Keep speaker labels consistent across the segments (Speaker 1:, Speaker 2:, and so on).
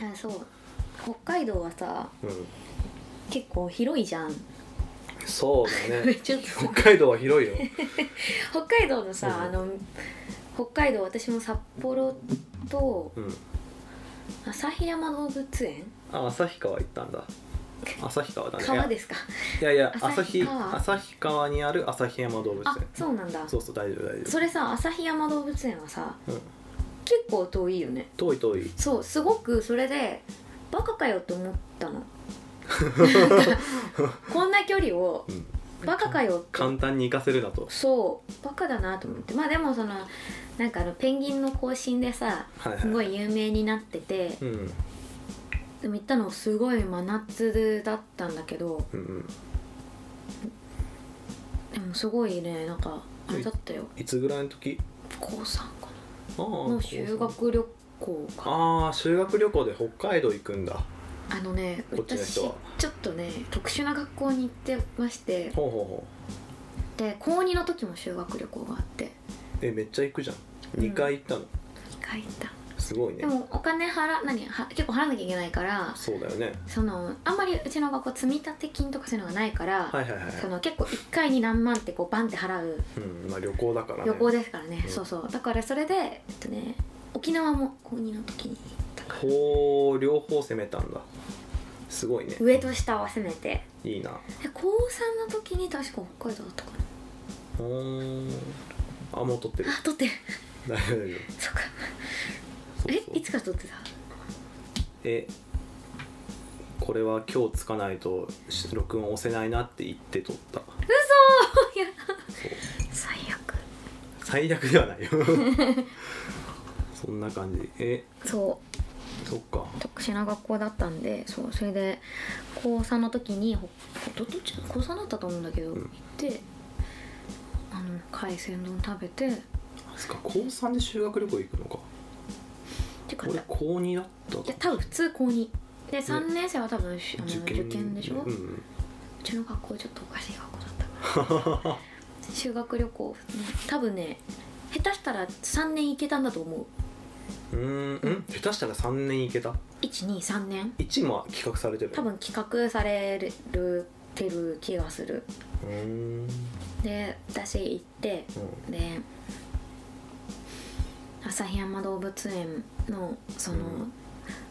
Speaker 1: あそう北海道はさ
Speaker 2: うん
Speaker 1: 結構広いじゃん
Speaker 2: そうだね
Speaker 1: ちょっと
Speaker 2: 北海道は広 いよ
Speaker 1: 北海道のさ、
Speaker 2: うん
Speaker 1: あの北海道私も札幌と
Speaker 2: うん
Speaker 1: 旭山動物園
Speaker 2: あ旭川行ったんだ旭川だね
Speaker 1: 川ですか
Speaker 2: いやいや
Speaker 1: 旭
Speaker 2: 旭
Speaker 1: 川
Speaker 2: 旭川にある旭山動物園
Speaker 1: あそうなんだ
Speaker 2: そうそう大丈夫大丈
Speaker 1: それさ旭山動物園はさ
Speaker 2: 夫、うん、
Speaker 1: 結構遠いよね
Speaker 2: 遠い遠い
Speaker 1: そうすごくそれでバカかよと思った の こんな距離を
Speaker 2: うん
Speaker 1: バカかよって
Speaker 2: 簡単に行かせるなと
Speaker 1: そうバカだなと思ってまあでもそのなんかあのペンギンの行進でさ
Speaker 2: はいはい
Speaker 1: すごい有名になってて
Speaker 2: うんうん
Speaker 1: でも行ったのすごい真夏だったんだけど
Speaker 2: うん
Speaker 1: でもすごいねなんかあれだったよ
Speaker 2: いつぐらいの時
Speaker 1: 高3か
Speaker 2: ああ
Speaker 1: なの修学旅行か
Speaker 2: ああ修学旅行で北海道行くんだ
Speaker 1: あのね
Speaker 2: こっちの
Speaker 1: 私
Speaker 2: 人は
Speaker 1: ちょっとね特殊な学校に行ってまして
Speaker 2: ほうほうほ
Speaker 1: で高2の時も修学旅行があって
Speaker 2: うえめっちゃ行くじゃん
Speaker 1: うん
Speaker 2: 2回行ったの、
Speaker 1: 2回行った
Speaker 2: すごいね
Speaker 1: でもお金払何は結構払わなきゃいけないから
Speaker 2: そうだよね
Speaker 1: そのあんまりうちの学校積立金とかそういうのがないから、
Speaker 2: はいはいはい
Speaker 1: その結構1回に何万ってこうバンって払う
Speaker 2: うんまあ旅行だからね
Speaker 1: 旅行ですからね、
Speaker 2: うん
Speaker 1: そうそうだからそれでえっとね沖縄も高2の時に行ったから
Speaker 2: ほう両方攻めたんだすごいね
Speaker 1: 上と下合わせめて
Speaker 2: いいな
Speaker 1: え高3の時に確か北海道だったかな
Speaker 2: うーんあもう撮ってる
Speaker 1: あ撮って る
Speaker 2: 大丈夫
Speaker 1: そっか
Speaker 2: そう
Speaker 1: え
Speaker 2: そう
Speaker 1: いつから撮ってた
Speaker 2: えこれは今日つかないとし録音押せないなって言って撮った
Speaker 1: 嘘いや
Speaker 2: そう
Speaker 1: 最悪
Speaker 2: 最悪で はないよそんな感じえ
Speaker 1: そう
Speaker 2: そっか
Speaker 1: 特殊な学校だったんでそうそれで高3の時にほどどっち高3だったと思うんだけど、
Speaker 2: うん
Speaker 1: 行ってあの海鮮丼食べて
Speaker 2: そっか高3で修学旅行行くのか
Speaker 1: てかい
Speaker 2: 俺
Speaker 1: や
Speaker 2: 高2だったと
Speaker 1: 多分普通高2で3年生は多分しあの受験でしょ、
Speaker 2: う
Speaker 1: うんちの学校ちょっとおかしい学校だったから
Speaker 2: うん、
Speaker 1: 修学旅行多分ね下手したら3年行けたんだと思う
Speaker 2: うーんん下手したら3年いけた
Speaker 1: 123年
Speaker 2: 1も企画されてる
Speaker 1: 多分企画されるてる気がする
Speaker 2: うーん
Speaker 1: で私行って
Speaker 2: うん
Speaker 1: で旭山動物園のその、
Speaker 2: うん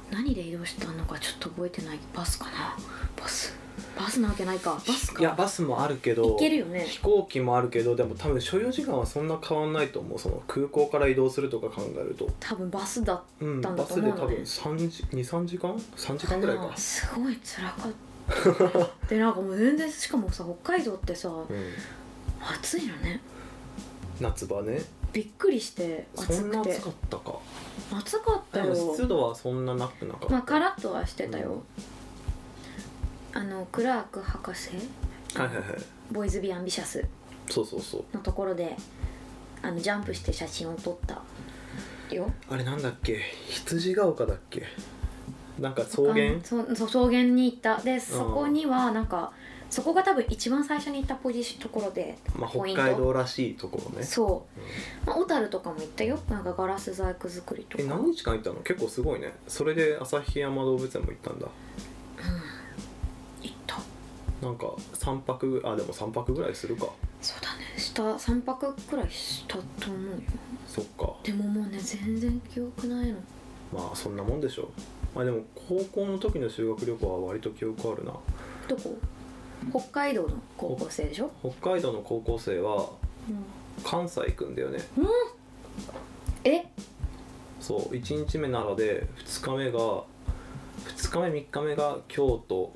Speaker 1: 何で移動したのかちょっと覚えてないバスかなバスバスなわけないかバスか
Speaker 2: いやバスもあるけど
Speaker 1: 行けるよね
Speaker 2: 飛行機もあるけどでも多分所要時間はそんな変わんないと思うその空港から移動するとか考えると、
Speaker 1: 多分バスだっ
Speaker 2: うん、
Speaker 1: だ
Speaker 2: バ
Speaker 1: と思
Speaker 2: ス
Speaker 1: う
Speaker 2: で
Speaker 1: のね
Speaker 2: 多分23時間3時
Speaker 1: た
Speaker 2: 間ぐらいか
Speaker 1: なすごい辛かったでなんかもう全然しかもさ北海道ってさ
Speaker 2: うん
Speaker 1: 暑いのね
Speaker 2: 夏場ね
Speaker 1: びっくりして
Speaker 2: そ
Speaker 1: 暑
Speaker 2: んな
Speaker 1: くて
Speaker 2: 暑かったか
Speaker 1: 暑かった
Speaker 2: で
Speaker 1: よ
Speaker 2: も湿度はそんななくなかった、
Speaker 1: まあカラッとはしてたよ、あのクラーク博士
Speaker 2: はいはいはい
Speaker 1: ボーイズ・ビー・アンビシャス
Speaker 2: そうそうそう
Speaker 1: のところであのジャンプして写真を撮ったよ
Speaker 2: あれなんだっけ羊ヶ丘だっけなんか草原
Speaker 1: あそうそう草原に行ったでそこにはなんかそこが多分一番最初に行ったポジションところで、
Speaker 2: まあ、
Speaker 1: ポイ
Speaker 2: 北
Speaker 1: ント
Speaker 2: 海道らしいところね
Speaker 1: そう、まあ、小樽とかも行ったよなんかガラス細工作りとか
Speaker 2: え何日間行ったの結構すごいねそれで旭山動物園も行ったんだ
Speaker 1: 行った
Speaker 2: なんか3泊あでも3泊ぐらいするか
Speaker 1: そうだねした3泊くらいしたと思うよ
Speaker 2: そっか
Speaker 1: でももうね全然記憶ないの
Speaker 2: まあそんなもんでしょまあでも高校の時の修学旅行は割と記憶あるな
Speaker 1: どこ北海道の高校生でしょ、
Speaker 2: 北海道の高校生は
Speaker 1: うん、
Speaker 2: 関西行くんだよね
Speaker 1: え
Speaker 2: そう1日目奈良で2日目が2日目3日目が京都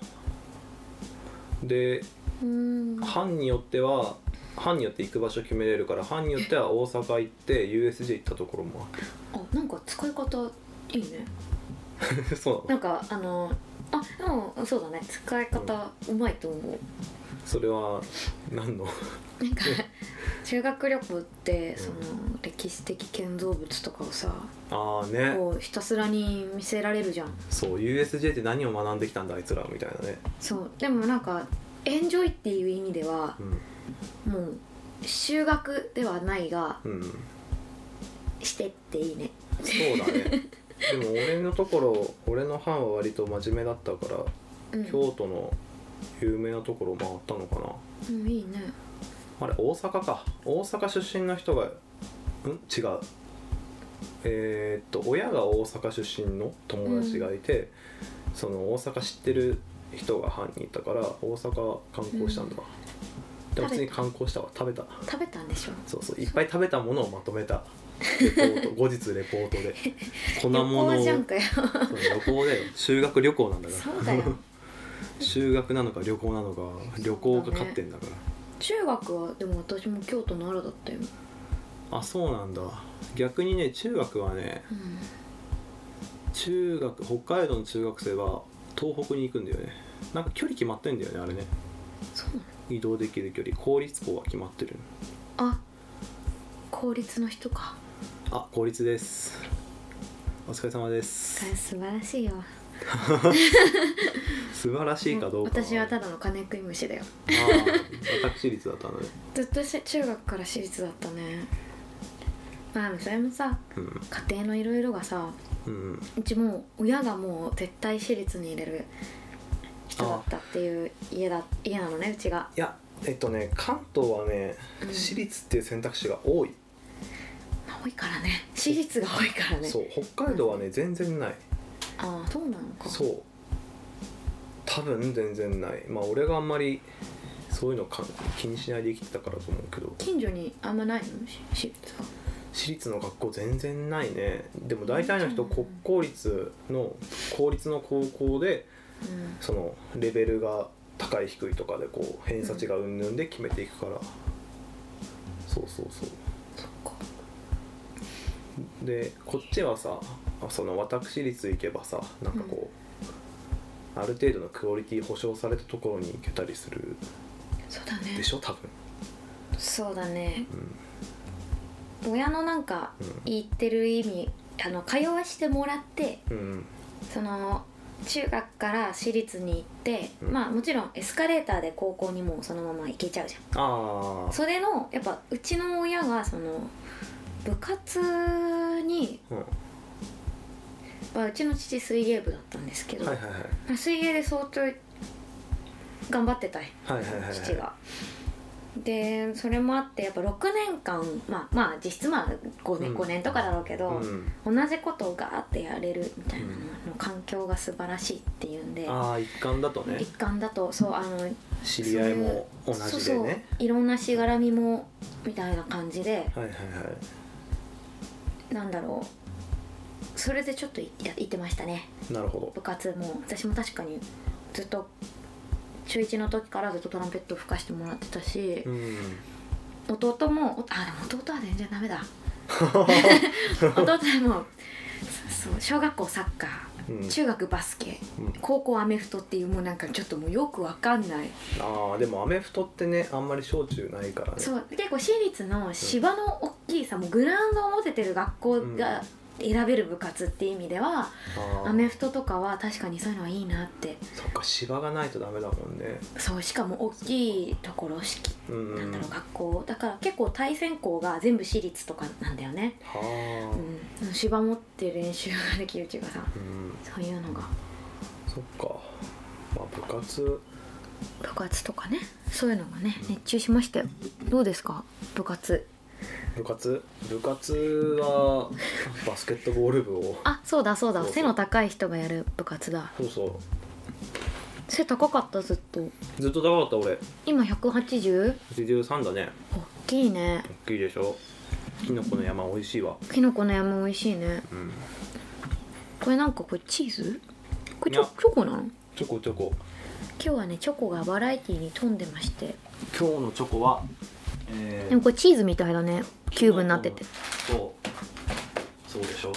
Speaker 2: で
Speaker 1: うーん
Speaker 2: 班によっては班によって行く場所決めれるから班によっては大阪行って USJ 行ったところもあ
Speaker 1: あなんか使い方いいね
Speaker 2: る そう
Speaker 1: な
Speaker 2: なの
Speaker 1: んかあのあでもそうだね使い方うまいと思う
Speaker 2: それは何の
Speaker 1: なんか修学旅行ってその歴史的建造物とかをさ
Speaker 2: ああね
Speaker 1: こうひたすらに見せられるじゃん
Speaker 2: そう USJ って何を学んできたんだあいつらみたいなね、
Speaker 1: そうでもなんかエンジョイっていう意味では
Speaker 2: う
Speaker 1: もう修学ではないが
Speaker 2: んうん、
Speaker 1: してっていいね
Speaker 2: そうだねでも俺のところ俺の班は割と真面目だったから、
Speaker 1: うん
Speaker 2: 京都の有名なところ回ったのかな
Speaker 1: うんいいね
Speaker 2: あれ大阪か大阪出身の人がうん違うえーっと親が大阪出身の友達がいて、その大阪知ってる人が班にいたから大阪観光したんだわ、でも普通に観光したわ食べた
Speaker 1: 食べたんでしょ
Speaker 2: そうそういっぱい食べたものをまとめたレポート 後日レポートでこんな
Speaker 1: 旅
Speaker 2: ものを
Speaker 1: 行じゃん
Speaker 2: 旅
Speaker 1: かよ
Speaker 2: 行だよ修学旅行なんだから
Speaker 1: そうだよ
Speaker 2: 修学なのか旅行なのか旅行が勝ってんだから
Speaker 1: 中学はでも私も京都奈良だったよ、
Speaker 2: あそうなんだ逆にね中学はね
Speaker 1: うん、
Speaker 2: 中学北海道の中学生は東北に行くんだよねなんか距離決まってんだよねあれね
Speaker 1: そうなの
Speaker 2: 移動できる距離公立校は決まってる
Speaker 1: あ公立の人か
Speaker 2: あ公立ですお疲れ様で
Speaker 1: あ
Speaker 2: す
Speaker 1: 素晴らしいよ
Speaker 2: 素晴らしいかどうか
Speaker 1: 私はた
Speaker 2: だ
Speaker 1: だの金食い虫だよ
Speaker 2: 私立だったので
Speaker 1: ずっとし中学から私立だったねまあそれもさ
Speaker 2: うん
Speaker 1: 家庭のいろいろがさ
Speaker 2: うん
Speaker 1: うちもう親がもう絶対私立に入れる人だったっていう家だ家なのねうちが
Speaker 2: いやえっとね関東はね、
Speaker 1: うん
Speaker 2: 私立っていう選択肢が多い、
Speaker 1: まあ多いからね私立が多いからね
Speaker 2: そう北海道はね全然ない
Speaker 1: ああそうなのか
Speaker 2: そう多分全然ないまあ俺があんまりそういうのか気にしないで生きてたからと思うけど
Speaker 1: 近所にあんまないのし私立は
Speaker 2: 私立の学校全然ないねでも大体の人
Speaker 1: うん
Speaker 2: 国公立の公立の高校で
Speaker 1: うん
Speaker 2: そのレベルが高い低いとかでこう偏差値がうんぬんで決めていくから、そうそうそう
Speaker 1: そっか
Speaker 2: でこっちはさその私立行けばさなんかこう、ある程度のクオリティ保証されたところに行けたりする
Speaker 1: そうだね
Speaker 2: でしょ多分、
Speaker 1: そうだね
Speaker 2: うん
Speaker 1: 親のなんか言ってる意味あの通わしてもらって
Speaker 2: うんうん
Speaker 1: その中学から私立に行って、
Speaker 2: うん
Speaker 1: まあもちろんエスカレーターで高校にもうそのまま行けちゃうじゃ
Speaker 2: あ
Speaker 1: ん
Speaker 2: あ
Speaker 1: それのやっぱうちの親がその部活に、
Speaker 2: うんは
Speaker 1: まあ、うちの父水泳部だったんですけ
Speaker 2: い
Speaker 1: ど、
Speaker 2: はいはい
Speaker 1: まあ水泳で相当頑張ってたい
Speaker 2: はいはいはいはい
Speaker 1: 父が。でそれもあってやっぱ6年間まあまあ実質まあ5年,、
Speaker 2: うん
Speaker 1: 5年とかだろうけど、
Speaker 2: うん、
Speaker 1: 同じことをガーってやれるみたいなのの環境が素晴らしいっていうんで、
Speaker 2: ああ一環だとね
Speaker 1: 一貫だとそうあの
Speaker 2: 知り合いも同
Speaker 1: そう
Speaker 2: じ
Speaker 1: そ
Speaker 2: で
Speaker 1: う
Speaker 2: ね
Speaker 1: いろんなしがらみもみたいな感じで
Speaker 2: はいはいはい
Speaker 1: なんだろうそれでちょっといや行ってましたね
Speaker 2: なるほ
Speaker 1: 部活も私も確かにずっと中1の時からずっとトランペット吹かしてもらってたし
Speaker 2: ど、うん
Speaker 1: 弟もおあでも弟は全然ダメ だ弟はもうそうそう小学校サッカ
Speaker 2: うん
Speaker 1: ー中学バスケ、
Speaker 2: うん
Speaker 1: 高校アメフトっていうもうなんかちょっともうよくわかんない
Speaker 2: ああでもアメフトってねあんまり小中ないからね
Speaker 1: そう結構私立の芝の大きいさもうグラウンドを持ててる学校が選べる部活っていう意味では、
Speaker 2: あー
Speaker 1: アメフトとかは確かにそういうのはいいなって
Speaker 2: そっか芝がないとダメだもんね
Speaker 1: そうしかも大きいところ式
Speaker 2: うん
Speaker 1: なんだろう学校だから結構対戦校が全部私立とかなんだよね、
Speaker 2: はあ
Speaker 1: うん、芝持って練習ができるっていうかさ
Speaker 2: うん
Speaker 1: そういうのが
Speaker 2: そっかまあ部活
Speaker 1: 部活とかねそういうのがね
Speaker 2: うん
Speaker 1: 熱中しましたよどうですか部活
Speaker 2: 部活部活は バスケットボール部を
Speaker 1: あそうだそうだ
Speaker 2: そうそう
Speaker 1: 背の高い人がやる部活だ
Speaker 2: そうそ
Speaker 1: 背高かったずっと
Speaker 2: うずっと高かった俺
Speaker 1: 今 180?
Speaker 2: 83だね
Speaker 1: おっきいね
Speaker 2: 大きいでしょきのこの山美味しいわ
Speaker 1: きのこの山美味しいね
Speaker 2: うん
Speaker 1: これなんかこれチーズこれチ
Speaker 2: い
Speaker 1: ョ
Speaker 2: や
Speaker 1: チョコなの
Speaker 2: チョコチョコ
Speaker 1: 今日はねチョコがバラエティに富んでまして
Speaker 2: 今日のチョコはえ
Speaker 1: でもこれチーズみたいだねキューブになってて
Speaker 2: そうそうでしょ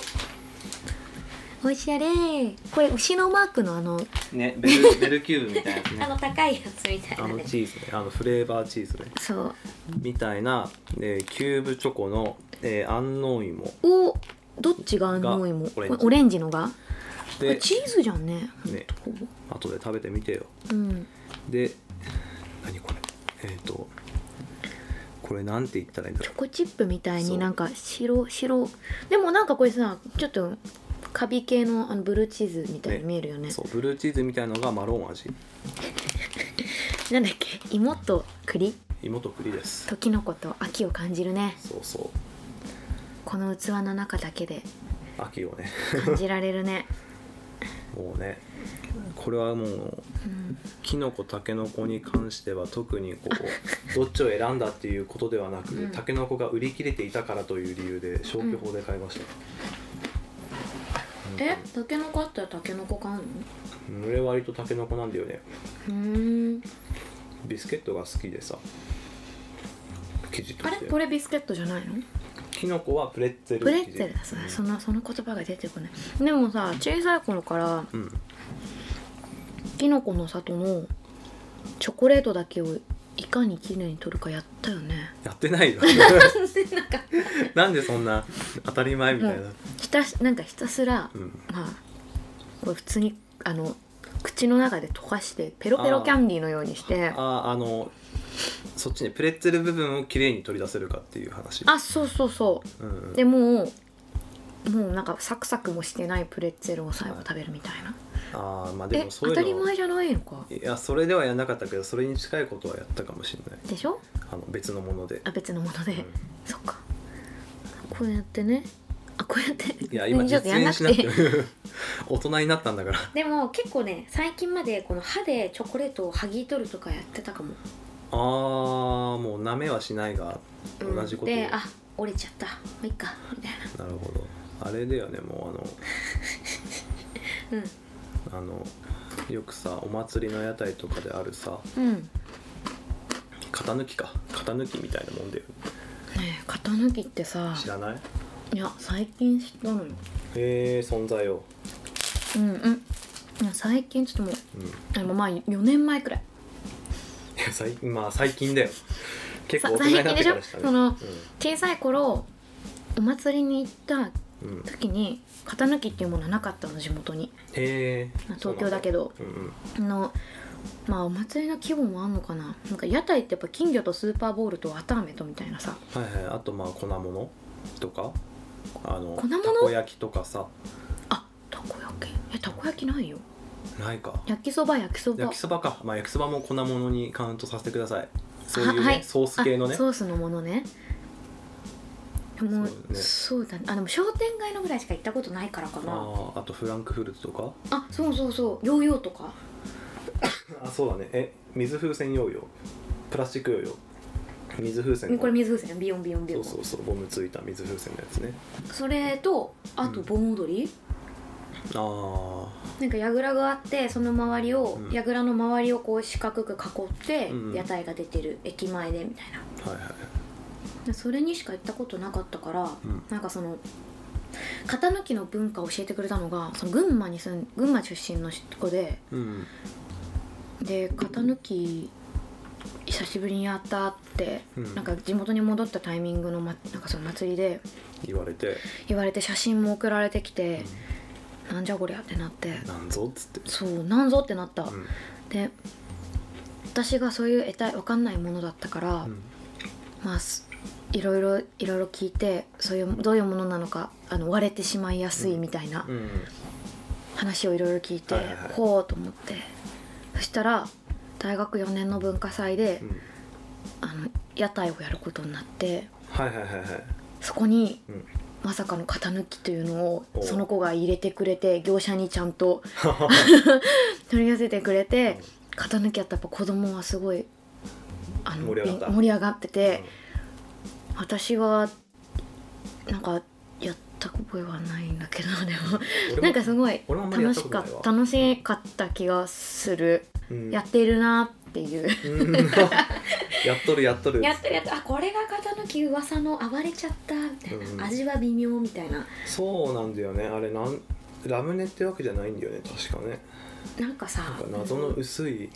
Speaker 1: おいしやれーこれ牛のマークのあの
Speaker 2: ねベル ベルキューブみたいなやつ
Speaker 1: あの高いやつみたい
Speaker 2: あ
Speaker 1: な
Speaker 2: の
Speaker 1: ね
Speaker 2: チーズねあのフレーバーチーズね
Speaker 1: そう
Speaker 2: みたいな、えーキューブチョコの、えー、安納芋
Speaker 1: おどっちが安納芋
Speaker 2: が
Speaker 1: これ
Speaker 2: オレンジ
Speaker 1: オレンジのがこれ
Speaker 2: で
Speaker 1: チーズじゃんね
Speaker 2: ね
Speaker 1: ほぼ
Speaker 2: 後で食べてみてよ
Speaker 1: うん
Speaker 2: で何これえっ、とこれなんて言ったらいいんだ
Speaker 1: チ
Speaker 2: ろ
Speaker 1: ョコチップみたい
Speaker 2: そ
Speaker 1: に
Speaker 2: う
Speaker 1: なんか白白でもなんかこれさちょっとカビ系のあのブルーチーズみたいに見えるよね
Speaker 2: そうブルーチーズみたいのがマロン味
Speaker 1: なんだっけ芋と栗
Speaker 2: 芋と栗です
Speaker 1: とキノコと秋を感じるね
Speaker 2: そうそう
Speaker 1: この器の中だけで
Speaker 2: 秋をね
Speaker 1: 感じられるね、
Speaker 2: もうねこれはもう
Speaker 1: うん、
Speaker 2: キノコタケノコに関しては特に こうどっちを選んだっていうことではなく、
Speaker 1: うん
Speaker 2: タケノコが売り切れていたからという理由で消去法で買いました、うん
Speaker 1: えタケノコあったらタケノコ買うの
Speaker 2: 俺割とタケノコなんだよね
Speaker 1: うーん
Speaker 2: ビスケットが好きでさ生地と
Speaker 1: あれ
Speaker 2: して
Speaker 1: これビスケットじゃないの
Speaker 2: キノコはプレッツェル
Speaker 1: プレ
Speaker 2: 生
Speaker 1: ッ
Speaker 2: 地
Speaker 1: ツェルだそそのその言葉が出てこないでもさ小さい頃から
Speaker 2: うん、うん
Speaker 1: きのこの里のチョコレートだけをいかにきれいに取るかやったよね
Speaker 2: やってないよ
Speaker 1: なんか
Speaker 2: なんでそんな当たり前みたいな、
Speaker 1: ひたしなんかひたすら
Speaker 2: うん、
Speaker 1: まあこれ普通にあの口の中で溶かしてペロペロキャンディーのようにしてあ
Speaker 2: ああのそっちにプレッツェル部分をきれいに取り出せるかっていう話
Speaker 1: そうそうそ
Speaker 2: うんうん
Speaker 1: うでもうもうなんかサクサクもしてないプレッツェルを最後食べるみたいな
Speaker 2: ああまあで
Speaker 1: え
Speaker 2: もそうい
Speaker 1: 当た
Speaker 2: うの
Speaker 1: り前じゃないのか
Speaker 2: いやそれではやらなかったけどそれに近いことはやったかもしれない
Speaker 1: でしょ
Speaker 2: あの別のもので、
Speaker 1: あ別のもので、
Speaker 2: うん
Speaker 1: そっかこうやってねあこうやって
Speaker 2: いや今
Speaker 1: ちょ
Speaker 2: 実
Speaker 1: っとやん
Speaker 2: 演
Speaker 1: な
Speaker 2: しな
Speaker 1: く
Speaker 2: くて
Speaker 1: て
Speaker 2: 大人になったんだから
Speaker 1: でも結構ね最近までこの歯でチョコレートを剥ぎ取るとかやってたかも、
Speaker 2: あーもう舐めはしないが
Speaker 1: うん
Speaker 2: 同じことを
Speaker 1: であ折れちゃったもういいかみたい
Speaker 2: なるほどあれだよねもう
Speaker 1: な
Speaker 2: あのあのよくさお祭りの屋台とかであるさ
Speaker 1: うんうんね
Speaker 2: 型抜きか型抜きみたいなもんだよ
Speaker 1: え型抜きってさ
Speaker 2: 知らない
Speaker 1: いや最近知ったのよ
Speaker 2: へえ存在を、
Speaker 1: うんうんいや最近ちょっともう
Speaker 2: うん、い
Speaker 1: あのまあ4年前くらい
Speaker 2: や最近まあ最近だよ結構大
Speaker 1: さ
Speaker 2: 人になってからした
Speaker 1: 最
Speaker 2: ね
Speaker 1: 近で
Speaker 2: しょ
Speaker 1: 小さい頃お祭りに行った
Speaker 2: その、うんうん、へ
Speaker 1: 時に型抜きっていうものはなかったの地元に
Speaker 2: え
Speaker 1: まあ東京だけど
Speaker 2: うんうん
Speaker 1: あのまあお祭りの規模もあんのかななんか屋台ってやっぱ金魚とスーパーボールと綿あめとみたいなさ
Speaker 2: はいはいあとまあ粉物とかあの
Speaker 1: 粉物
Speaker 2: たこ焼きとかさ
Speaker 1: あたこ焼きえたこ焼きないよ
Speaker 2: ないか
Speaker 1: 焼きそば焼きそば
Speaker 2: 焼きそばか、まあ、焼きそばも粉物にカウントさせてくださいそういう、ね
Speaker 1: あはい
Speaker 2: ソース系のね
Speaker 1: あソースのものねもう
Speaker 2: そう
Speaker 1: そう,、
Speaker 2: ね
Speaker 1: だねあでも商店街のぐらいしか行ったことないからかな
Speaker 2: あーあとフランクフルトとか
Speaker 1: あそうそうそうヨーヨーとか
Speaker 2: あそうだねえ水風船ヨーヨープラスチックヨーヨー水風船の
Speaker 1: これ水風船ビヨンビヨンビヨ
Speaker 2: そ
Speaker 1: ン
Speaker 2: うそうそうゴムついた水風船のやつね
Speaker 1: それとあと盆踊り、
Speaker 2: あー
Speaker 1: なんか櫓があってその周りを
Speaker 2: うん
Speaker 1: 櫓、の周りをこう四角く囲って、
Speaker 2: うん
Speaker 1: 屋台が出てる駅前でみたいな
Speaker 2: はいはい
Speaker 1: でそれにしか行ったことなかったから、
Speaker 2: うん
Speaker 1: なんかその型抜きの文化を教えてくれたのがその群馬に住ん群馬出身の子で
Speaker 2: うん
Speaker 1: で型抜き久しぶりにやったって、
Speaker 2: うん
Speaker 1: なんか地元に戻ったタイミングの,、ま、なんかその祭りで
Speaker 2: 言われて、
Speaker 1: 言われて写真も送られてきて
Speaker 2: うん、
Speaker 1: なんじゃこりゃってなって
Speaker 2: なんぞっつって、
Speaker 1: そうなんぞってなった、
Speaker 2: うん
Speaker 1: で私がそういう得体わかんないものだったから、
Speaker 2: うん
Speaker 1: まあすいろいろいろいろ聞いてそういうどういうものなのかあの割れてしまいやすいみたいな
Speaker 2: うん、
Speaker 1: 話をいろいろ聞いて、
Speaker 2: はいはいはい
Speaker 1: ほうと思ってそしたら大学4年の文化祭で、
Speaker 2: うん、
Speaker 1: あの屋台をやることになって
Speaker 2: はいはいはいはい
Speaker 1: そこに
Speaker 2: うん
Speaker 1: まさかの型抜きというのを
Speaker 2: お
Speaker 1: その子が入れてくれて業者にちゃん と取り寄せてくれて型抜きやったらやっぱ子供はすごいあの
Speaker 2: 盛り上がった
Speaker 1: 盛り上がってて。私はなんかやった覚えはないんだけどでも
Speaker 2: 俺も
Speaker 1: なんかすごい
Speaker 2: 俺もあんまりや
Speaker 1: 楽
Speaker 2: っ
Speaker 1: し
Speaker 2: たこと
Speaker 1: か
Speaker 2: ないわ
Speaker 1: っ楽しかった気がする、
Speaker 2: うん
Speaker 1: やっているなっていう
Speaker 2: うんやっとるやっとる
Speaker 1: やってるやってあこれが型抜き噂の暴れちゃったみたいな、
Speaker 2: うん
Speaker 1: 味は微妙みたいな
Speaker 2: そうなんだよねあれなんラムネってわけじゃないんだよね確かね
Speaker 1: なんかさ
Speaker 2: なんか謎の薄い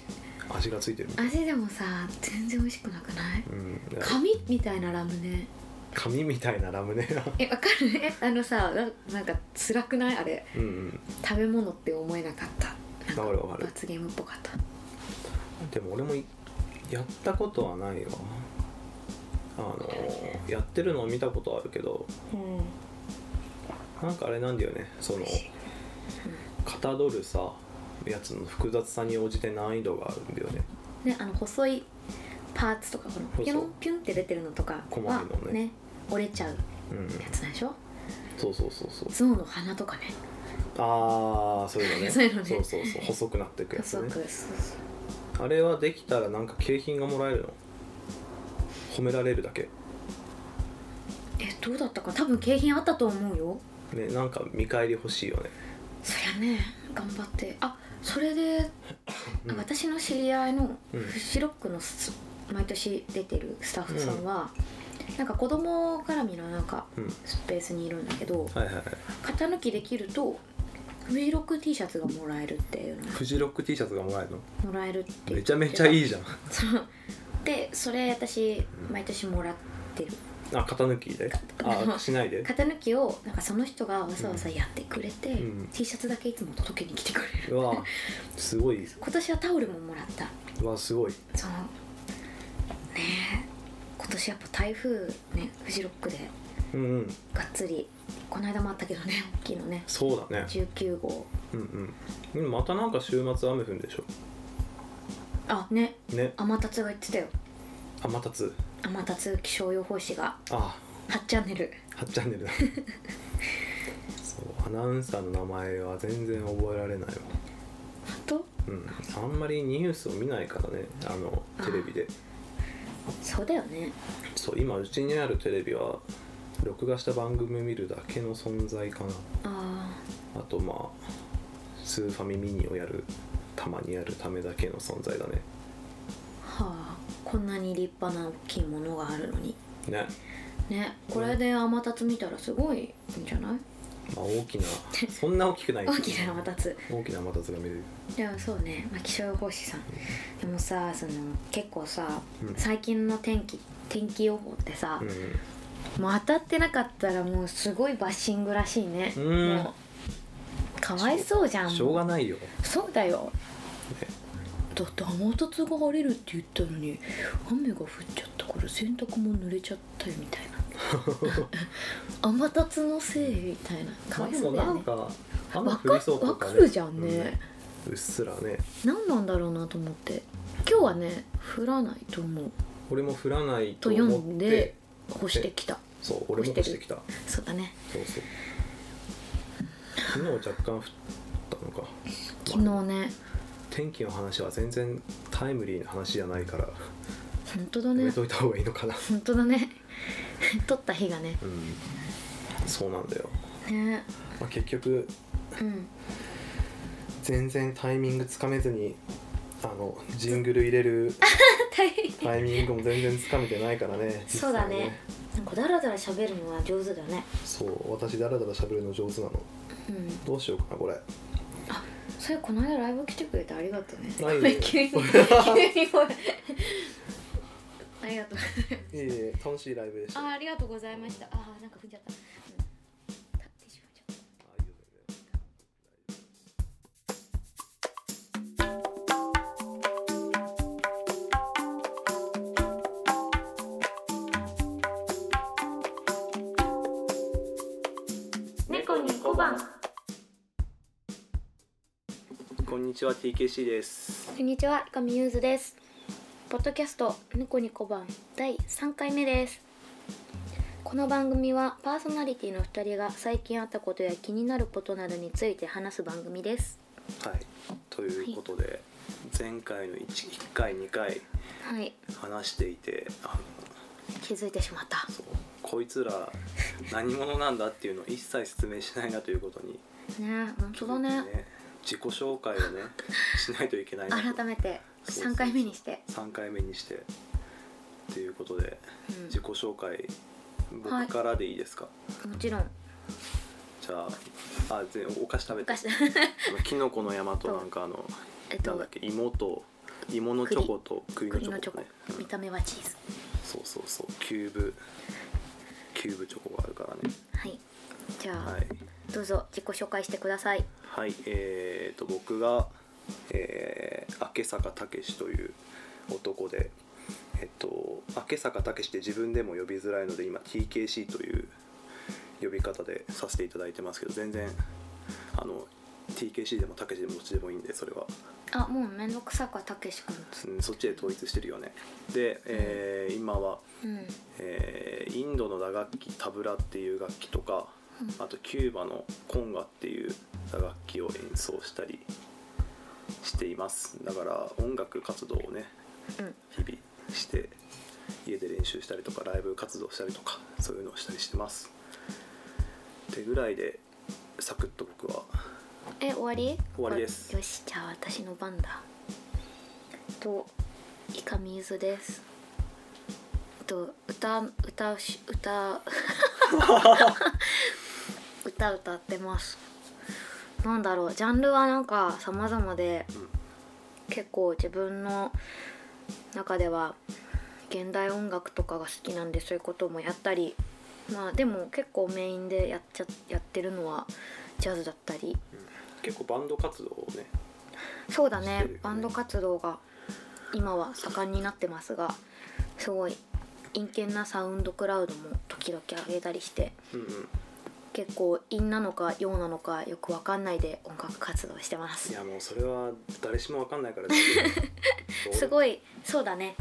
Speaker 2: 味がついてる
Speaker 1: 味でもさ全然美味しくなくない
Speaker 2: うん
Speaker 1: 紙みたいなラムネ
Speaker 2: 紙みたいなラムネが
Speaker 1: えわかるえあのさななんか辛くないあれ
Speaker 2: うんうん
Speaker 1: 食べ物って思えなかったなん
Speaker 2: わかるわかる
Speaker 1: 罰ゲームっぽかった
Speaker 2: でも俺もいやったことはないわあのやってるのを見たことあるけど
Speaker 1: うん
Speaker 2: なんかあれなんだよねそのかたどるさやつの複雑さに応じて難易度があるんだよね
Speaker 1: ねあの細いパーツとかこの
Speaker 2: そうそう
Speaker 1: ピュンピュンって出てるのとか
Speaker 2: 細
Speaker 1: は
Speaker 2: かいのね
Speaker 1: ね折れちゃう
Speaker 2: うん
Speaker 1: やつなんでしょ
Speaker 2: そうそうそうそう
Speaker 1: 象の鼻とかね
Speaker 2: ああそういうの ね
Speaker 1: そういうのね
Speaker 2: そうそうそう細くなっていくやつ
Speaker 1: 細
Speaker 2: ね
Speaker 1: くそうそう
Speaker 2: あれはできたらなんか景品がもらえるの褒められるだけ
Speaker 1: えどうだったか多分景品あったと思うよ
Speaker 2: ねなんか見返り欲しいよね
Speaker 1: そりゃね頑張ってあそれ で、
Speaker 2: うん
Speaker 1: 私の知り合いの
Speaker 2: うん
Speaker 1: フシロックのス毎年出てるスタッフさんは、なんか子供絡みのなんか
Speaker 2: うん
Speaker 1: スペースにいるんだけど
Speaker 2: はいはいはい
Speaker 1: 型抜きできるとフジロック T シャツがもらえるっていうの
Speaker 2: フジロック T シャツがもらえるの
Speaker 1: もらえるって
Speaker 2: めちゃめちゃい
Speaker 1: い
Speaker 2: いじゃん
Speaker 1: でそれ私毎年もらってる
Speaker 2: あ型抜きであしない で
Speaker 1: 型抜きをなんかその人がわざわざやってくれて、
Speaker 2: うん
Speaker 1: T シャツだけいつも届けに来てくれる
Speaker 2: うわすごい
Speaker 1: 今年はタオルももらった
Speaker 2: うわすごい
Speaker 1: そのねえ今年やっぱ台風ねフジロックで
Speaker 2: うんうん
Speaker 1: がっつりこの間もあったけど ね大きいのね
Speaker 2: そうだね
Speaker 1: 19号
Speaker 2: うんうんまたなんか週末雨降るんでしょ
Speaker 1: あね
Speaker 2: ね
Speaker 1: 天達が言ってたよ
Speaker 2: あまたつ
Speaker 1: 天達気象予報士が
Speaker 2: あ
Speaker 1: 8チャンネル
Speaker 2: 8チャンネルだそうアナウンサーの名前は全然覚えられないわ
Speaker 1: 本当
Speaker 2: うんあんまりニュースを見ないからねあのテレビで
Speaker 1: そうだよね
Speaker 2: そう今うちにあるテレビは録画した番組見るだけの存在かな
Speaker 1: あ
Speaker 2: あとまあスーファミミニをやるたまにやるためだけの存在だね
Speaker 1: あはあこんなに立派な大きいものがあるのに
Speaker 2: ね、
Speaker 1: ねこれで天達見たらすごいんじゃない
Speaker 2: まあ、大きなそんな大きくな い
Speaker 1: 大きな天達
Speaker 2: 大きなまたつが見れる
Speaker 1: でもそうね、まあ、気象予報士さんでもさその結構さ、
Speaker 2: うん
Speaker 1: 最近の天気天気予報ってさ、
Speaker 2: う
Speaker 1: もう当たってなかったらもうすごいバッシングらしいね
Speaker 2: うん
Speaker 1: もうかわいそうじゃん
Speaker 2: んしょうが
Speaker 1: も
Speaker 2: ないよ
Speaker 1: うそうだよだって雨達が晴れるって言ったのに雨が降っちゃったから洗濯も濡れちゃったよみたい な雨達のせいみたいなか
Speaker 2: まあ
Speaker 1: わい
Speaker 2: で
Speaker 1: そ
Speaker 2: も
Speaker 1: うだ
Speaker 2: な
Speaker 1: よね
Speaker 2: んか雨
Speaker 1: わ
Speaker 2: 降り
Speaker 1: か
Speaker 2: そうと
Speaker 1: わ
Speaker 2: か、
Speaker 1: か
Speaker 2: ね、
Speaker 1: るじゃんね、
Speaker 2: うんうっすらね
Speaker 1: 何なんだろうなと思って今日はね降らないと思う
Speaker 2: 俺も降らないと
Speaker 1: と
Speaker 2: 思
Speaker 1: 読
Speaker 2: って
Speaker 1: んで干してきた
Speaker 2: そう俺も
Speaker 1: 干
Speaker 2: 干
Speaker 1: し
Speaker 2: して
Speaker 1: る
Speaker 2: てきた
Speaker 1: そうだね
Speaker 2: そうそう昨日若干降ったのか
Speaker 1: 昨
Speaker 2: まあ
Speaker 1: 日ね
Speaker 2: 天気の話は全然タイムリーな話じゃないから
Speaker 1: 本当だ
Speaker 2: やめ
Speaker 1: ね
Speaker 2: といた方がいいのかな、
Speaker 1: 本当だね 撮った日がね
Speaker 2: うんそうなんだよ、
Speaker 1: ね
Speaker 2: まあ、結局
Speaker 1: うん
Speaker 2: 全然タイミングつかめずにあのジングル入れる
Speaker 1: 大変
Speaker 2: タイミングも全然つかめてないからね 実
Speaker 1: そう
Speaker 2: 際
Speaker 1: だねなんかダラダラ喋るのは上手だね
Speaker 2: そう私ダラダラ喋るの上手なの
Speaker 1: うん
Speaker 2: どうしようかなこれ
Speaker 1: それこの間ライブ来てくれてありがとうね
Speaker 2: あいえい え
Speaker 1: 急に急にごめんありがとう
Speaker 2: いえいえ楽しいライブでした
Speaker 1: あありがとうございましたあーなんか踏んじゃった、うん、立ってしまっちゃった
Speaker 3: 猫に小判
Speaker 2: こんにちは TKC です
Speaker 1: こんにちは、ガミユーズです。ポッドキャストニコニコ版第3回目です。この番組はパーソナリティの2人が最近あったことや気になることなどについて話す番組です。
Speaker 2: はいということで、前回の 1, 1回2回
Speaker 1: はい、
Speaker 2: 話していてあの
Speaker 1: 気づいてしまった。
Speaker 2: そうこいつら何者なんだっていうのを一切説明しないなということに
Speaker 1: ねえ、本当だね。
Speaker 2: 自己紹介を ねしないといけないなと
Speaker 1: 改めて
Speaker 2: そうそう
Speaker 1: 3回目にして。
Speaker 2: 3回目にしてということで自
Speaker 1: う
Speaker 2: 己紹介
Speaker 1: はい
Speaker 2: 僕からでいいですか、
Speaker 1: ん、もちろん、
Speaker 2: じゃああぜお菓子食べ て
Speaker 1: 昔
Speaker 2: あのキノコの山となんかあの
Speaker 1: えっ
Speaker 2: なん
Speaker 1: と
Speaker 2: だっ、け芋と芋のチョコと栗のチ
Speaker 1: 栗の
Speaker 2: ョ
Speaker 1: チョ
Speaker 2: コ,、
Speaker 1: コ
Speaker 2: ね、
Speaker 1: 見た目はチーズ。
Speaker 2: そうそうそうキューブキューブチョコがあるからね
Speaker 1: はい、じゃあ、
Speaker 2: はい
Speaker 1: どうぞ自己紹介してください。
Speaker 2: はいえー、と僕が、えー、明坂武という男でえっと明坂武って自分でも呼びづらいので今 TKC という呼び方でさせていただいてますけど全然あの TKC でもたけしでもどっちでもいいんでそれは、
Speaker 1: あもうめんどくさかたけし君です
Speaker 2: うん、そっちで統一してるよねで、えー今は、
Speaker 1: うん
Speaker 2: えーインドの打楽器タブラっていう楽器とかあとキューバのコンガっていう打楽器を演奏したりしていますだから音楽活動をね
Speaker 1: うん
Speaker 2: 日々して家で練習したりとかライブ活動したりとかそういうのをしたりしてますってぐらいでサクッと僕は
Speaker 1: え終わり
Speaker 2: 終わりです
Speaker 1: あよしじゃあ私の番だとイカミユズですと歌歌うし 歌歌歌ってますなんだろうジャンルはなんか様々で、
Speaker 2: うん
Speaker 1: 結構自分の中では現代音楽とかが好きなんでそういうこともやったりまあでも結構メインでやっちゃやってるのはジャズだったり
Speaker 2: 結構バンド活動をね
Speaker 1: そうだ
Speaker 2: して
Speaker 1: ね
Speaker 2: るよね
Speaker 1: バンド活動が今は盛んになってますがすごい陰険なサウンドクラウドも時々上げたりして
Speaker 2: うんうん
Speaker 1: 結構陰なのか陽なのかよくわかんないで音楽活動してま
Speaker 2: い
Speaker 1: す
Speaker 2: やもうそれは誰しもわかんないから 大丈夫
Speaker 1: す
Speaker 2: い
Speaker 1: ごいそうだね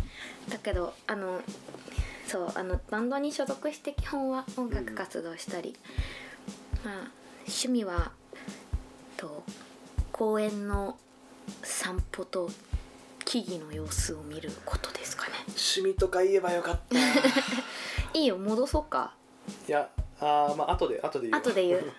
Speaker 1: だけどあのそうあのバンドに所属して基本は音楽活動したり、まあ趣味はと公園の散歩と木々の様子を見ることですかね
Speaker 2: 趣味とか言えばよかったい
Speaker 1: いいよ戻そうか
Speaker 2: やあーまあ後で後で言う
Speaker 1: 後で言う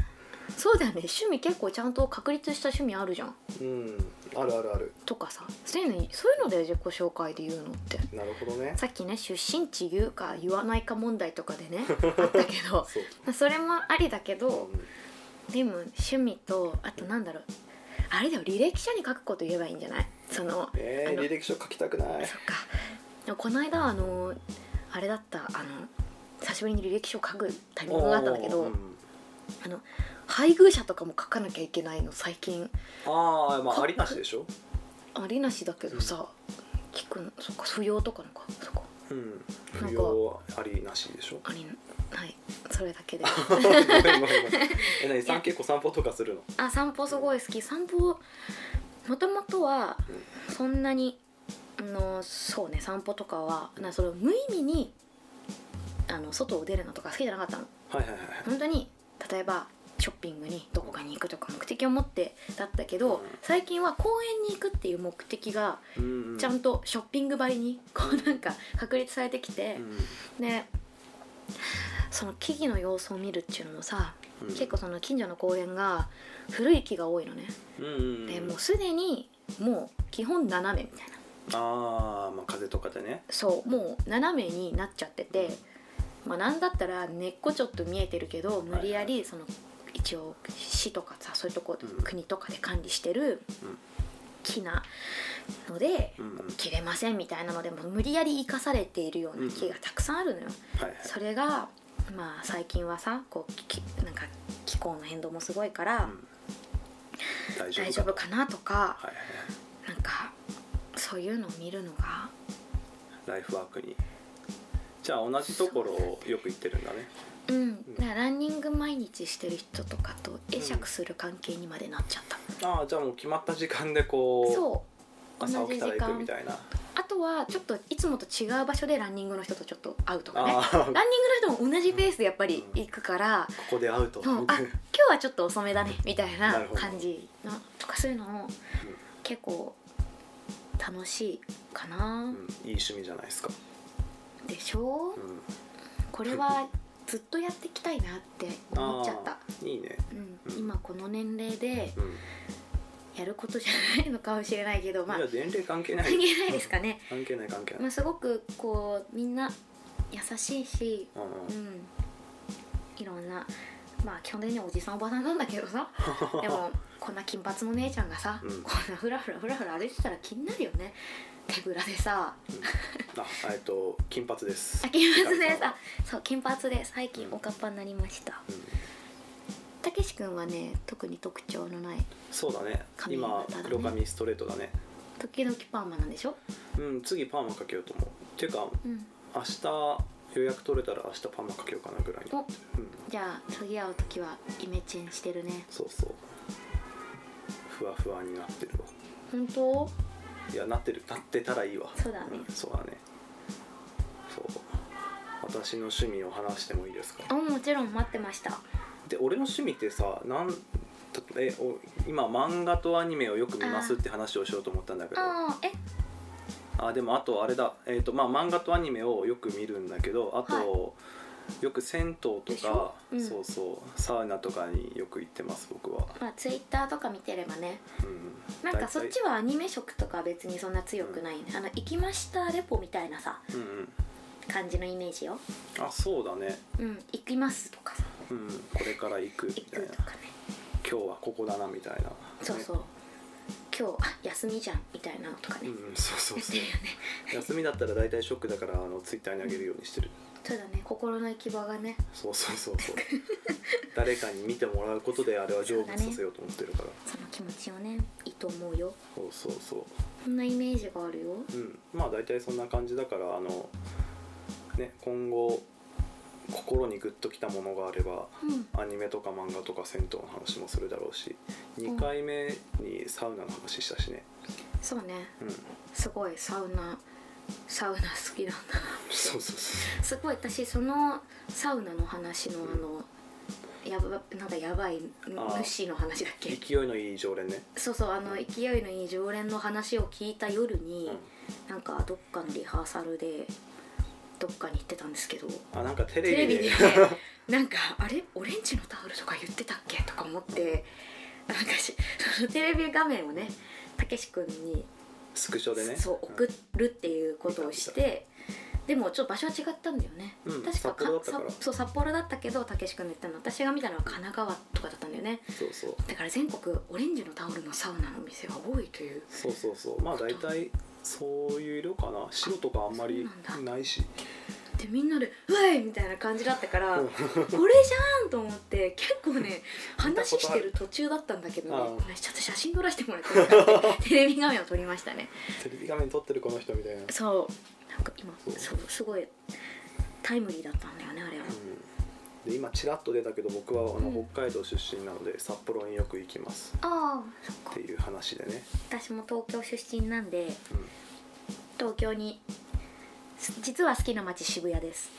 Speaker 1: そうだよね趣味結構ちゃんと確立した趣味あるじゃん
Speaker 2: うんあるあるある
Speaker 1: とかさそういうのそういうので自己紹介で言うのって
Speaker 2: なるほどね
Speaker 1: さっきね出身地言うか言わないか問題とかで ねあったけど
Speaker 2: そう
Speaker 1: まあそれもありだけど
Speaker 2: うん
Speaker 1: でも趣味とあとなんだろうあれだよ履歴書に書くこと言えばいいんじゃないその
Speaker 2: え
Speaker 1: あ
Speaker 2: ー、
Speaker 1: の
Speaker 2: 履歴書書きたくない
Speaker 1: そっかでもこの間あのあれだったあの久しぶりに履歴書書くタイミングがあったんだけど、
Speaker 2: おーうん
Speaker 1: あの配偶者とかも書かなきゃいけないの最近
Speaker 2: ああま
Speaker 1: か
Speaker 2: あありなしでしょ
Speaker 1: ありなしだけどさ、聞くのそっか扶養とかのかそっか
Speaker 2: うん
Speaker 1: なんか
Speaker 2: 不要ありなし でしょ
Speaker 1: ありないそれだけで
Speaker 2: ごめんごめんごめんえ何さん結構散歩とかするの
Speaker 1: あ散歩すごい好き散歩もともとはそんなにあのそうね散歩とかはなその無意味にあの外を出るのとか好きじゃなかったの
Speaker 2: はいはいはい
Speaker 1: 本当に例えばショッピングにどこかに行くとか目的を持ってだったけど、
Speaker 2: うん
Speaker 1: 最近は公園に行くっていう目的が
Speaker 2: うんうん
Speaker 1: ちゃんとショッピングばりにこうなんか確立されてきて
Speaker 2: う、ん
Speaker 1: でその木々の様子を見るっていうのもさ、
Speaker 2: うん
Speaker 1: 結構その近所の公園が古い木が多いのね、
Speaker 2: うんうん
Speaker 1: でもうすでにもう基本斜めみたいな
Speaker 2: ああまあ風とかでね
Speaker 1: そうもう斜めになっちゃってて、まあ、なんだったら根っこちょっと見えてるけど無理やりその一応市とかさそういうとこ、
Speaker 2: うん
Speaker 1: 国とかで管理してる
Speaker 2: うん
Speaker 1: 木なので、
Speaker 2: うんうん
Speaker 1: 切れませんみたいなのでもう無理やり生かされているような木がたくさんあるのよ。
Speaker 2: はいはい
Speaker 1: それがまあ最近はさこうきなんか気候の変動もすごいか
Speaker 2: う
Speaker 1: ら、
Speaker 2: ん大丈夫
Speaker 1: 大丈夫かなとか、
Speaker 2: はいはいは
Speaker 1: な
Speaker 2: い
Speaker 1: んかそういうのを見るのが
Speaker 2: ライフワークにじゃあ同じところをよく行ってるんだね
Speaker 1: うん、だからランニング毎日してる人とかと会釈する関係にまでなっちゃった、
Speaker 2: ああじゃあもう決まった時間でこう
Speaker 1: そう
Speaker 2: 朝起きたら行
Speaker 1: 同じ
Speaker 2: く
Speaker 1: 時
Speaker 2: みたいな
Speaker 1: あとはちょっといつもと違う場所でランニングの人とちょっと会うとかねラン
Speaker 2: あ
Speaker 1: ニ
Speaker 2: あ
Speaker 1: ングの人も同じペースでやっぱり行くから、
Speaker 2: ここで会うと
Speaker 1: もうあ今日はちょっと遅めだねみたいな
Speaker 2: なるほど
Speaker 1: 感じのとかそういうのも結構楽しいかな、
Speaker 2: うんいい趣味じゃないですか
Speaker 1: でしょ
Speaker 2: う
Speaker 1: うんこれはずっとやっていきたいなって思っちゃった
Speaker 2: あ、ーいいね
Speaker 1: うん
Speaker 2: う、ん
Speaker 1: 今この年齢で
Speaker 2: うん
Speaker 1: やることじゃないのかもしれないけどまあ
Speaker 2: いや年齢関係な い
Speaker 1: 関係ないですかね、
Speaker 2: 関係ない関係ない、
Speaker 1: まあ、すごくこうみんな優しいし、
Speaker 2: うんうん
Speaker 1: うん、いろんなまあ基本的にはおじさんおばさんなんだけどさ でもこんな金髪の姉ちゃんがさ、
Speaker 2: うん
Speaker 1: こんなふらふらふらふら歩いてたら気になるよね手ぶらでさ
Speaker 2: あえっと金髪です
Speaker 1: あ金髪で
Speaker 2: ゆかりん
Speaker 1: さそう金髪で最近
Speaker 2: うん
Speaker 1: おかっぱになりました
Speaker 2: うん
Speaker 1: たけし君はね特に特徴のない
Speaker 2: そうだね
Speaker 1: 髪型
Speaker 2: 今
Speaker 1: だね
Speaker 2: 黒髪ストレートだね
Speaker 1: 時々パーマなんでしょ
Speaker 2: うん次パーマかけようと思うっていうか
Speaker 1: うん
Speaker 2: 明日予約取れたら明日パンマかけようかなぐらいに、
Speaker 1: お
Speaker 2: うん、
Speaker 1: じゃあ次会う時はイメチェンしてるね
Speaker 2: そうそうふわふわになってるわ
Speaker 1: 本当
Speaker 2: いやなってるなってたらいいわ
Speaker 1: そうだね
Speaker 2: んそうだねそう私の趣味を話してもいいですか
Speaker 1: あもちろん待ってました
Speaker 2: で俺の趣味ってさなんたえお今漫画とアニメをよく見ますって話をしようと思ったんだけどあ
Speaker 1: ああえ
Speaker 2: でもあとあれだえっ、とまあ漫画とアニメをよく見るんだけどあと、
Speaker 1: は
Speaker 2: よく銭湯と
Speaker 1: でしょ
Speaker 2: か、
Speaker 1: うん
Speaker 2: そうそうサウナとかによく行ってます僕は、
Speaker 1: まあツイッターとか見てればね
Speaker 2: うん、
Speaker 1: なん
Speaker 2: 大
Speaker 1: か
Speaker 2: 体
Speaker 1: そっちはアニメ色とかは別にそんな強くないね、あの行きましたレポみたいなさ
Speaker 2: うんうん
Speaker 1: 感じのイメージよ
Speaker 2: あそうだね
Speaker 1: うん行きますとかさ
Speaker 2: うんこれから行くみ
Speaker 1: 行
Speaker 2: たい
Speaker 1: く
Speaker 2: な
Speaker 1: とかね
Speaker 2: 今日はここだなみたいな、
Speaker 1: そうそうう今日あ休みじゃんみたいなのとかね、
Speaker 2: うん、そ うそう
Speaker 1: 言って
Speaker 2: そ
Speaker 1: る
Speaker 2: う
Speaker 1: よね
Speaker 2: 休みだったら大体ショックだからあのツイッターにあげるようにしてる
Speaker 1: そうだね心の行き場がね
Speaker 2: そうそうそう そう誰かに見てもらうことであれは成仏させようと思ってるから
Speaker 1: その気持ちをねいいと思うよ
Speaker 2: そうそうそ
Speaker 1: こんなイメージがあるよ
Speaker 2: ううんまあ大体そんな感じだからあのね今後心にグッときたものがあれば
Speaker 1: うん
Speaker 2: アニメとか漫画とか銭湯の話もするだろうし2回目にサウナの話したしね
Speaker 1: そうね
Speaker 2: うん
Speaker 1: すごいサウナサウナ好きなん だ
Speaker 2: そうそうそう
Speaker 1: すごい私そのサウナの話のあのやばなんかやばい
Speaker 2: あー
Speaker 1: 主の話だっけ
Speaker 2: 勢いのいい常連ね、
Speaker 1: そうそうあの勢いのいい常連の話を聞いた夜に、なんかどっかのリハーサルでどっかに行ってたんですけど
Speaker 2: あなんか
Speaker 1: テ
Speaker 2: テレ
Speaker 1: レ
Speaker 2: ビ
Speaker 1: ビ
Speaker 2: で
Speaker 1: でなんかあれオレンジのタオルとか言ってたっけとか思ってなんかし そのテレビ画面をねたけし君に
Speaker 2: スクショでね
Speaker 1: そう送るっていうことをして、でもちょっと場所は違ったんだよね、
Speaker 2: うん
Speaker 1: 確か
Speaker 2: 札幌だったから
Speaker 1: さそう札幌だったけどたけし君の言ったの私が見たのは神奈川とかだったんだよね
Speaker 2: うんそうそう
Speaker 1: だから全国オレンジのタオルのサウナのお店が多いという
Speaker 2: そうそうそうまあ大体そういう色かな白とかあんまり
Speaker 1: そうなん
Speaker 2: ないし
Speaker 1: でみんなで「うわい!」みたいな感じだったから
Speaker 2: う
Speaker 1: こ
Speaker 2: ん
Speaker 1: れじゃんと思って結構ね話してる途中だったんだけどね
Speaker 2: ああ
Speaker 1: ごめんちょっと写真撮らせてもらってもいいかなってテレビ画面を撮りましたね
Speaker 2: テレビ画面撮ってるこの人みたいな、うん、
Speaker 1: そうなんか今
Speaker 2: そう
Speaker 1: そうすごいタイムリーだったんだよねあれは。
Speaker 2: で今ちらっと出たけど僕はあの
Speaker 1: うん
Speaker 2: 北海道出身なので札幌によく行きます
Speaker 1: ああそっ
Speaker 2: っ
Speaker 1: か
Speaker 2: ていう話でね、
Speaker 1: 私も東京出身なんで
Speaker 2: う
Speaker 1: 東京にす実は好きな街渋谷です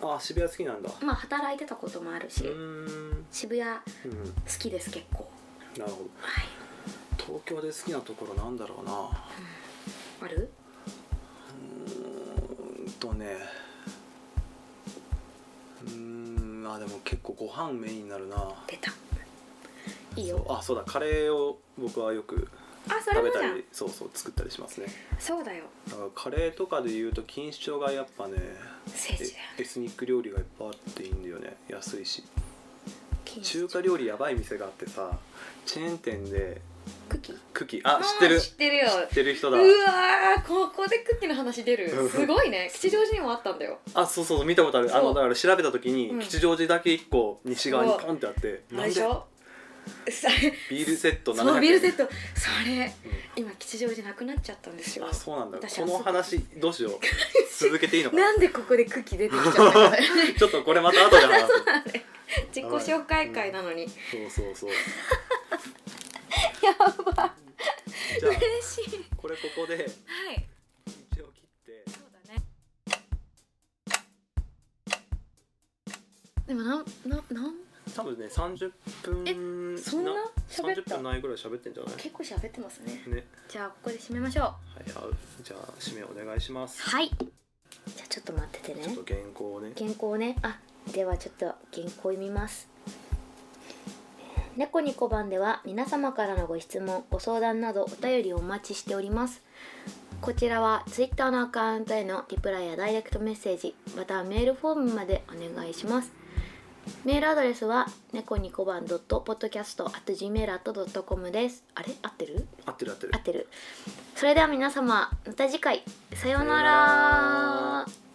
Speaker 2: ん、あ渋谷好きなんだ
Speaker 1: まあ働いてたこともある
Speaker 2: う
Speaker 1: し
Speaker 2: ーん、
Speaker 1: 渋谷好
Speaker 2: うん、
Speaker 1: きです結構
Speaker 2: なるほど
Speaker 1: はい
Speaker 2: 東京で好きなところなんだろうな
Speaker 1: ある
Speaker 2: うーんとねうーんあでも結構ご飯メインになるな
Speaker 1: 出たいいよ
Speaker 2: あそうだカレーを僕はよく
Speaker 1: あそれも
Speaker 2: 食べ
Speaker 1: じ
Speaker 2: た
Speaker 1: ゃん
Speaker 2: りそうそう作ったりしますね
Speaker 1: そうだよ
Speaker 2: だからカレーとかでいうと錦糸町がやっぱね
Speaker 1: 聖地だよ
Speaker 2: えエスニック料理がいっぱいあっていいんだよね安いし
Speaker 1: 錦糸
Speaker 2: 中華料理やばい店があってさチェーン店で
Speaker 1: クッキー
Speaker 2: クッキーあ知
Speaker 1: あ
Speaker 2: って
Speaker 1: ー
Speaker 2: る
Speaker 1: 知
Speaker 2: 知
Speaker 1: っ
Speaker 2: って
Speaker 1: るよ
Speaker 2: てる人
Speaker 1: う
Speaker 2: だ
Speaker 1: わーここでクッキーの話出るすごいね吉祥寺にもあったんだよ
Speaker 2: あそうそう見たことあるあ
Speaker 1: そう
Speaker 2: のだから調べた時に、
Speaker 1: うん
Speaker 2: 吉祥寺だけ1個西側にポンってあって
Speaker 1: あ
Speaker 2: な
Speaker 1: れで
Speaker 2: ん
Speaker 1: し
Speaker 2: で
Speaker 1: ょさ
Speaker 2: ビールセット700
Speaker 1: そ
Speaker 2: 円
Speaker 1: のビールセットそれ
Speaker 2: う
Speaker 1: 今吉祥寺なくなっちゃったんですよ
Speaker 2: んあそうなんだ
Speaker 1: 私
Speaker 2: この話どうしよう続けていいのか
Speaker 1: な
Speaker 2: なん
Speaker 1: でここでクッキー出てきちゃった の
Speaker 2: ちょっとこれまた後で話す
Speaker 1: 自己紹介会なのに、
Speaker 2: そうそうそう
Speaker 1: やば
Speaker 2: じゃあ
Speaker 1: 嬉しい
Speaker 2: これここで
Speaker 1: はい
Speaker 2: 一応切って
Speaker 1: そうだね
Speaker 4: でもなんななん
Speaker 2: 多分ね30分
Speaker 1: えそんな喋っ
Speaker 2: 30
Speaker 1: た
Speaker 2: 分ないぐらい喋ってんじゃない
Speaker 1: 結構喋ってますね
Speaker 2: ね
Speaker 1: じゃあここで締めましょう
Speaker 2: はいあじゃあ締めお願いします
Speaker 1: はいじゃあちょっと待っててね
Speaker 2: ちょっと原稿をね
Speaker 1: 原稿をねあではちょっと原稿を読みます猫ニコ版では皆様からのご質問ご相談などお便りをお待ちしておりますこちらは Twitter のアカウントへのリプライやダイレクトメッセージまたはメールフォームまでお願いしますメールアドレスは猫ニコ版 .podcast.gmail.com ですあれ合ってる
Speaker 2: 合ってる合って
Speaker 1: 合
Speaker 2: る
Speaker 1: ってるそれでは皆様また次回さよう
Speaker 2: さよう
Speaker 1: なら